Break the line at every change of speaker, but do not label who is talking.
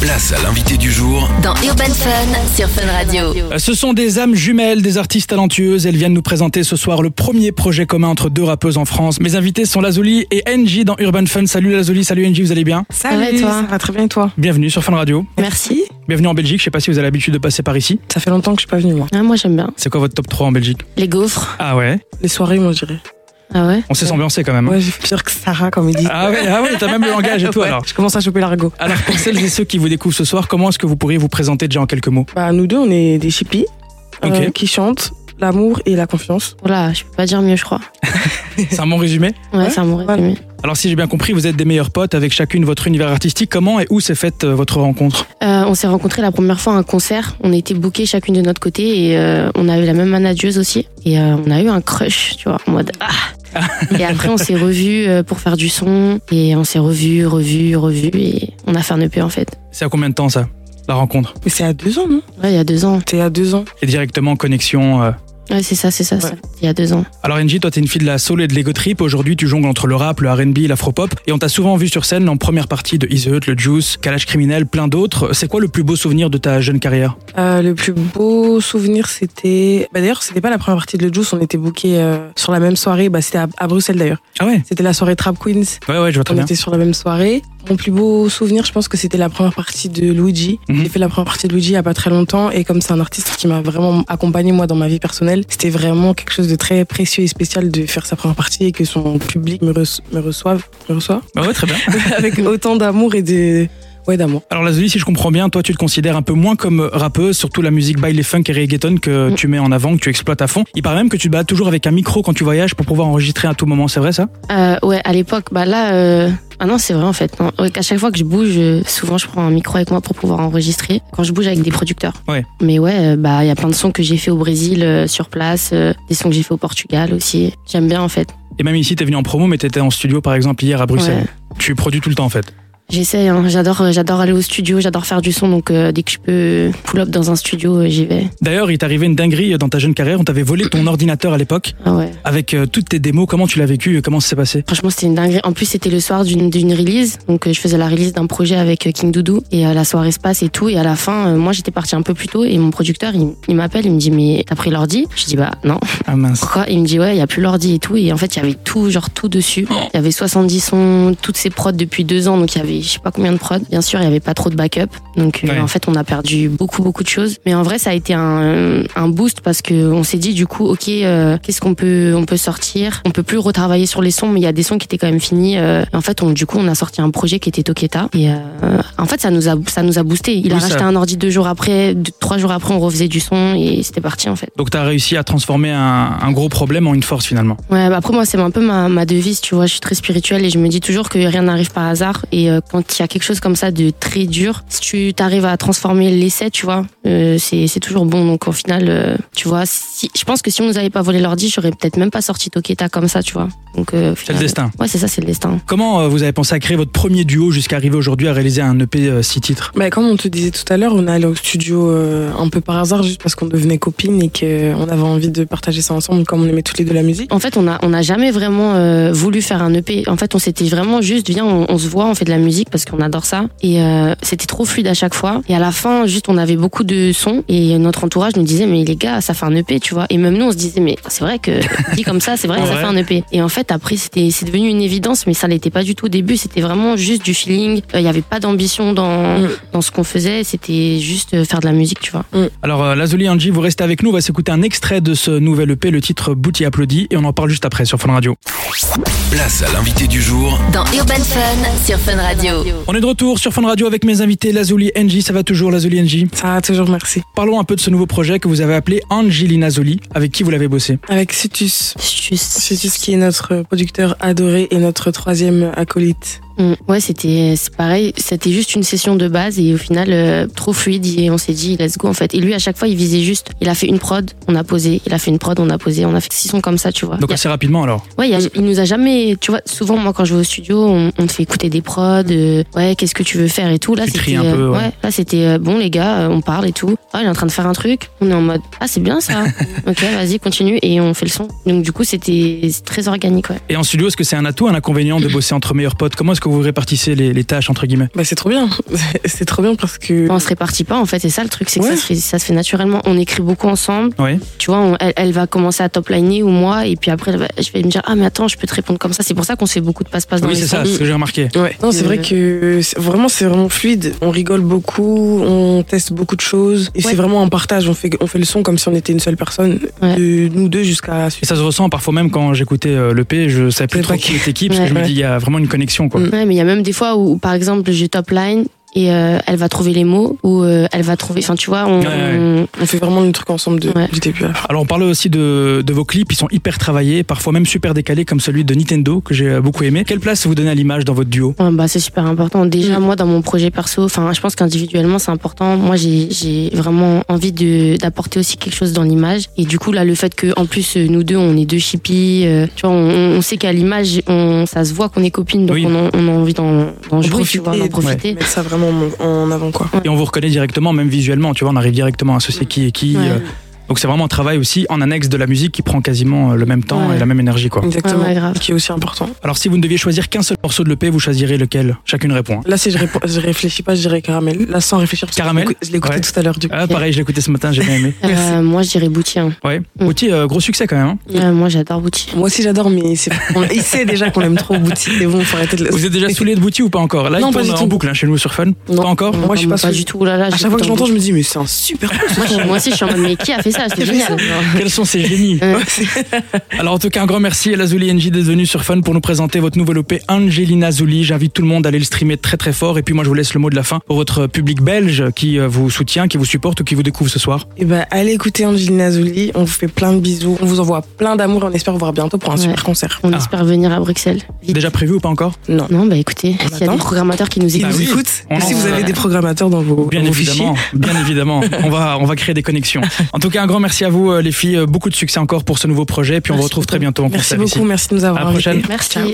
Place à l'invité du jour
Dans Urban Fun sur Fun Radio.
Euh, Ce sont des âmes jumelles, des artistes talentueuses. Elles viennent nous présenter ce soir le premier projet commun entre deux rappeuses en France. Mes invités sont Lazuli et NJ dans Urban Fun. Salut Lazuli, salut NJ, vous allez bien
Salut,
va et toi
ça va très bien et toi
Bienvenue sur Fun Radio.
Merci.
Bienvenue en Belgique. Je sais pas si vous avez l'habitude de passer par ici.
Ça fait longtemps que je suis pas venue moi.
Ah, moi j'aime bien.
C'est quoi votre top 3 en Belgique
Les gaufres.
Ah ouais
Les soirées, moi, je dirais.
Ah ouais
On s'est ambiancé quand même. hein.
Moi, j'ai pire que Sarah, comme il dit.
Ah ouais, ah ouais, t'as même le langage et tout
Ouais,
alors.
Je commence à choper l'argot.
Alors pour celles et ceux qui vous découvrent ce soir, comment est-ce que vous pourriez vous présenter déjà en quelques mots
Bah, nous deux, on est des chippies euh,
Ok.
qui chantent l'amour et la confiance.
Voilà, je peux pas dire mieux, je crois.
C'est un bon résumé
Ouais,
Ouais,
c'est un bon
voilà.
résumé.
Alors si j'ai bien compris, vous êtes des meilleurs potes avec chacune votre univers artistique. Comment et où s'est faite euh, votre rencontre
Euh, on s'est rencontrés la première fois à un concert. On était bookés chacune de notre côté et euh, on avait la même manageuse aussi. Et euh, on a eu un crush, tu vois, en mode ah. Et après, on s'est revus euh, pour faire du son et on s'est revus, revus, revus et on a fait un EP en fait.
C'est à combien de temps ça La rencontre
Mais c'est à deux ans, non
Ouais, il y a deux ans.
C'est à deux ans.
Et directement connexion. euh,
Ouais, c'est ça, c'est ça, ça.
Ouais.
Il y a deux ans.
Alors NJ, toi t'es une fille de la soul et de l'ego trip, aujourd'hui tu jongles entre le rap, le R&B, et l'afropop, et on t'a souvent vu sur scène en première partie de Is It, le Juice, Calage Criminel, plein d'autres. C'est quoi le plus beau souvenir de ta jeune carrière
Euh, le plus beau souvenir, c'était. Bah, d'ailleurs, c'était pas la première partie de Le Juice. On était bookés euh, sur la même soirée. Bah, c'était à, à Bruxelles d'ailleurs.
Ah ouais
C'était la soirée Trap Queens.
Ouais ouais, je vois très
On
bien.
était sur la même soirée. Mon plus beau souvenir, je pense que c'était la première partie de Luigi.
Mhm.
J'ai fait la première partie de Luigi il y a pas très longtemps et comme c'est un artiste qui m'a vraiment accompagné moi dans ma vie personnelle, c'était vraiment quelque chose de très précieux et spécial de faire sa première partie et que son public me, reço- me reçoive, me reçoive
Ah ouais, très bien.
avec autant d'amour et de ouais d'amour.
Alors Lazuli, si je comprends bien, toi tu te considères un peu moins comme rappeuse, surtout la musique by les funk et reggaeton que
Mm.
tu mets en avant, que tu exploites à fond. Il paraît même que tu te bats toujours avec un micro quand tu voyages pour pouvoir enregistrer à tout moment, c'est vrai ça
Euh, ouais, à l'époque, bah là, euh... ah non, c'est vrai en fait. Non. Ouais, à chaque fois que je bouge, euh, souvent je prends un micro avec moi pour pouvoir enregistrer. Quand je bouge avec des producteurs.
Ouais.
Mais ouais, euh, bah il y a plein de sons que j'ai fait au Brésil euh, sur place, euh, des sons que j'ai fait au Portugal aussi. J'aime bien en fait.
Et même ici t'es venu en promo, mais t'étais en studio par exemple hier à Bruxelles. Tu produis tout le temps en fait.
J'essaie, hein. j'adore, euh, j'adore aller au studio, j'adore faire du son, donc euh, dès que je peux pull up dans un studio, euh, j'y vais.
D'ailleurs, il t'est arrivé une dinguerie dans ta jeune carrière, on t'avait volé ton ordinateur à l'époque.
Ah ouais.
avec euh, toutes tes démos, comment tu l'as vécu, euh, comment ça s'est passé
Franchement, c'était une dinguerie. En plus, c'était le soir d'une d'une release. Donc, euh, je faisais la release d'un projet avec euh, King Doudou. Et euh, la soirée se passe et tout. Et à la fin, euh, moi, j'étais partie un peu plus tôt. Et mon producteur, il, il m'appelle. Il me dit, mais t'as pris l'ordi Je dis, bah, non.
Ah mince.
Pourquoi Il me dit, ouais, il y a plus l'ordi et tout. Et en fait, il y avait tout, genre tout
Oh.
dessus. Il y avait 70 sons, toutes ces prods depuis deux ans. Donc, il y avait je sais pas combien de prods. Bien sûr, il y avait pas trop de backup. Donc, euh,
Ouais.
en fait, on a perdu beaucoup, beaucoup de choses. Mais en vrai, ça a été un, un boost parce que on s'est dit, du coup, OK, euh, qu'est-ce qu'on peut, on peut sortir? On peut plus retravailler sur les sons, mais il y a des sons qui étaient quand même finis. euh. en fait, on, du coup, on a sorti un projet qui était Toketa. Et, euh, en fait, ça nous a, ça nous a boosté. Il a
Oui, ça-
racheté un ordi deux jours après, deux- trois jours après, on refaisait du son et c'était parti, en fait.
Donc t'as réussi à transformer un, un gros problème en une force finalement.
Ouais, bah après moi c'est un peu ma, ma devise, tu vois, je suis très spirituelle et je me dis toujours que rien n'arrive par hasard et euh, quand il y a quelque chose comme ça de très dur, si tu t'arrives à transformer l'essai, tu vois, euh, c'est c'est toujours bon donc au final euh, tu vois, si je pense que si on nous avait pas volé l'ordi, j'aurais peut-être même pas sorti Toketa comme ça, tu vois. Donc euh, au
C'est
final,
le destin.
Ouais, c'est ça, c'est le destin.
Comment euh, vous avez pensé à créer votre premier duo jusqu'à arriver aujourd'hui à réaliser un E EP 6 titres
Mais Bah, comme on te disait tout à l'heure, on est allé au studio euh, un peu par hasard juste parce qu'on devenait copines et qu'on avait envie de partager ça ensemble comme on aimait toutes les deux la musique.
En fait, on a on a jamais vraiment euh, voulu faire un EP. En fait, on s'était vraiment juste viens, on, on se voit, on fait de la musique parce qu'on adore ça. Et euh, c'était trop fluide à chaque fois. Et à la fin, juste on avait beaucoup de sons et notre entourage nous disait mais les gars, ça fait un EP, tu vois. Et même nous, on se disait mais c'est vrai que dit comme ça, c'est vrai que ça
Ouais.
fait un EP. Et en fait, après, c'était c'est devenu une évidence, mais ça l'était pas du tout au début. C'était vraiment juste du feeling. Euh, Il y avait pas d'ambition dans
Mm.
dans ce qu'on faisait. C'était juste euh, faire de la musique, tu vois.
Alors euh, Lazuli Angie, vous restez avec nous, on va s'écouter un extrait de ce nouvel EP, le titre Bouti applaudit, et on en parle juste après sur Fun Radio.
Place à l'invité du jour
Dans Urban Fun sur Fun Radio.
On est de retour sur Fun Radio avec mes invités Lazuli Angie, ça va toujours Lazuli Angie.
Ça a toujours merci.
Parlons un peu de ce nouveau projet que vous avez appelé Angelina Zoli, avec qui vous l'avez bossé.
Avec Sutus.
Juste-
Sutus qui est notre producteur adoré et notre troisième acolyte.
Mm. Ouais, c'était c'est pareil. C'était juste une session de base et au final, euh, trop fluide. Et on s'est dit, let's go en fait. Et lui, à chaque fois, il visait juste. Il a fait une prod, on a posé. Il a fait une prod, on a posé. On a fait six sons comme ça, tu vois.
Donc
Il y a-
assez rapidement alors.
ouais, il, y a- il nous a jamais. Tu vois, souvent, moi, quand je vais au studio, on, on te fait écouter des prods. euh, ouais, qu'est-ce que tu veux faire et tout. Là,
Tu tries
c'était.
un peu,
euh,
ouais.
Là, c'était euh, bon, les gars, euh, on parle et tout. Ah, il est en train de faire un truc. On est en mode, ah, c'est bien ça. ok, vas-y, continue. Et on fait le son. Donc, du coup, c'était très organique, ouais.
Et en studio, est-ce que c'est un atout, un inconvénient de bosser entre meilleurs potes Comment est-ce que que vous répartissez les, les tâches, entre guillemets
Bah, c'est trop bien. c'est trop bien parce que.
On se répartit pas en fait, et ça le truc, c'est que
Ouais.
ça, se fait, ça se fait naturellement. On écrit beaucoup ensemble.
Oui.
Tu vois, on- elle, elle va commencer à top liner ou moi, et puis après elle va- je vais me dire ah mais attends, je peux te répondre comme ça. C'est pour ça qu'on se fait beaucoup de passe-passe dans
Oui,
les
c'est ça,
sens.
c'est ce que j'ai remarqué.
Ouais. Non, c'est
Euh.
vrai que c'est- vraiment, c'est vraiment fluide. On rigole beaucoup, on teste beaucoup de choses. Et
Ouais.
c'est vraiment un partage. On fait, on fait le son comme si on était une seule personne,
Ouais.
de nous deux jusqu'à.
Et ça se ressent parfois même quand j'écoutais euh, l'EP, je savais plus
C'est
trop
vrai.
qui était qui, parce que
Ouais.
je me dis, il y a vraiment une connexion, quoi.
Mm. Ouais, mais il y a même des fois où, où, par exemple j'ai top line. Et euh, elle va trouver les mots ou euh, elle va trouver. Enfin, tu vois, on,
Ouais, ouais.
on-
On fait vraiment le truc ensemble de-
Ouais.
du début à la fin.
Alors on parlait aussi de, de vos clips, ils sont hyper travaillés, parfois même super décalés comme celui de Nintendo que j'ai euh, beaucoup aimé. Quelle place vous donnez à l'image dans votre duo
Ouais, bah, c'est super important. Déjà,
Mm.
moi, dans mon projet perso, enfin, je pense qu'individuellement, c'est important. Moi, j'ai, j'ai vraiment envie de, d'apporter aussi quelque chose dans l'image. Et du coup, là, le fait que, en plus, euh, nous deux, on est deux chippies, euh, tu vois, on, on sait qu'à l'image, on, ça se voit qu'on est copines, donc
Oui.
on, en- on a envie d'en, d'en jouer, tu vois,
profiter.
d'en profiter.
Mettre ça vraiment en- en avant, quoi.
Et on vous reconnaît directement, même visuellement, tu vois, on arrive directement à associer qui est qui.
Ouais.
euh, donc c'est vraiment un travail aussi en annexe de la musique qui prend quasiment euh, le même temps
Ouais.
et la même énergie, quoi.
Exactement.
Ouais, ouais, grave.
Qui est aussi important.
Alors si vous ne deviez choisir qu'un seul morceau de l'EP, vous choisirez lequel Chacune répond. hein.
Là, si je, réponds- je réfléchis pas, je dirais caramel. Là, sans réfléchir. parce que
Caramel
Je l'écoutais
Ouais.
tout à l'heure, du coup.
Ah, pareil, je l'écoutais ce matin, j'ai bien aimé.
Euh, moi, je dirais Bouti. hein.
Ouais.
Mm.
Outil, euh, gros succès quand même. hein.
Mm.
Ouais, moi, j'adore Bouti.
Moi aussi, j'adore, mais c'est- on- il sait déjà qu'on l'aime trop boutique. C'est bon, faut arrêter de le.
Vous êtes déjà saoulé de Bouti ou pas encore Là,
Non,
il
pas
tourne
du
en
tout.
boucle hein, chez nous sur Fun.
Non.
Pas encore
Moi, je suis
Moi,
pas
pas
saoulée.
du tout. Là, là,
À chaque fois que je l'entends, je me dis, mais c'est un super.
moi, moi aussi, je suis en mode, mais qui a fait ça C'est génial. genre.
Quels sont ces génies
Ouais.
Alors en tout cas un grand merci à Lazuli NJ d'être venu sur Fun pour nous présenter votre nouvel OP Angelina Zuli. J'invite tout le monde à aller le streamer très très fort et puis moi je vous laisse le mot de la fin pour votre public belge qui euh, vous soutient, qui vous supporte ou qui vous découvre ce soir.
Et ben, allez écouter Angelina Zoli. On vous fait plein de bisous. On vous envoie plein d'amour. et On espère vous voir bientôt pour un
Ouais.
super concert.
On
Ah.
espère venir à Bruxelles. Vite.
Déjà prévu ou pas encore
Non.
Non, bah écoutez, s'il y a
attend.
des programmateurs qui nous
Ils
Bah
écoutent.
nous
oui,
écoutent.
on
si
en-
vous avez des programmateurs dans vos,
Bien
dans vos
évidemment,
fichiers,
bien évidemment. On va on va créer des connexions. En tout cas un grand merci à vous euh, les filles, beaucoup de Euh, succès encore pour ce nouveau projet puis on vous
Merci
retrouve très
beaucoup.
bientôt en
merci
concert
beaucoup.
ici.
Merci de nous avoir
À la prochaine.
invités.
Merci.
Ciao.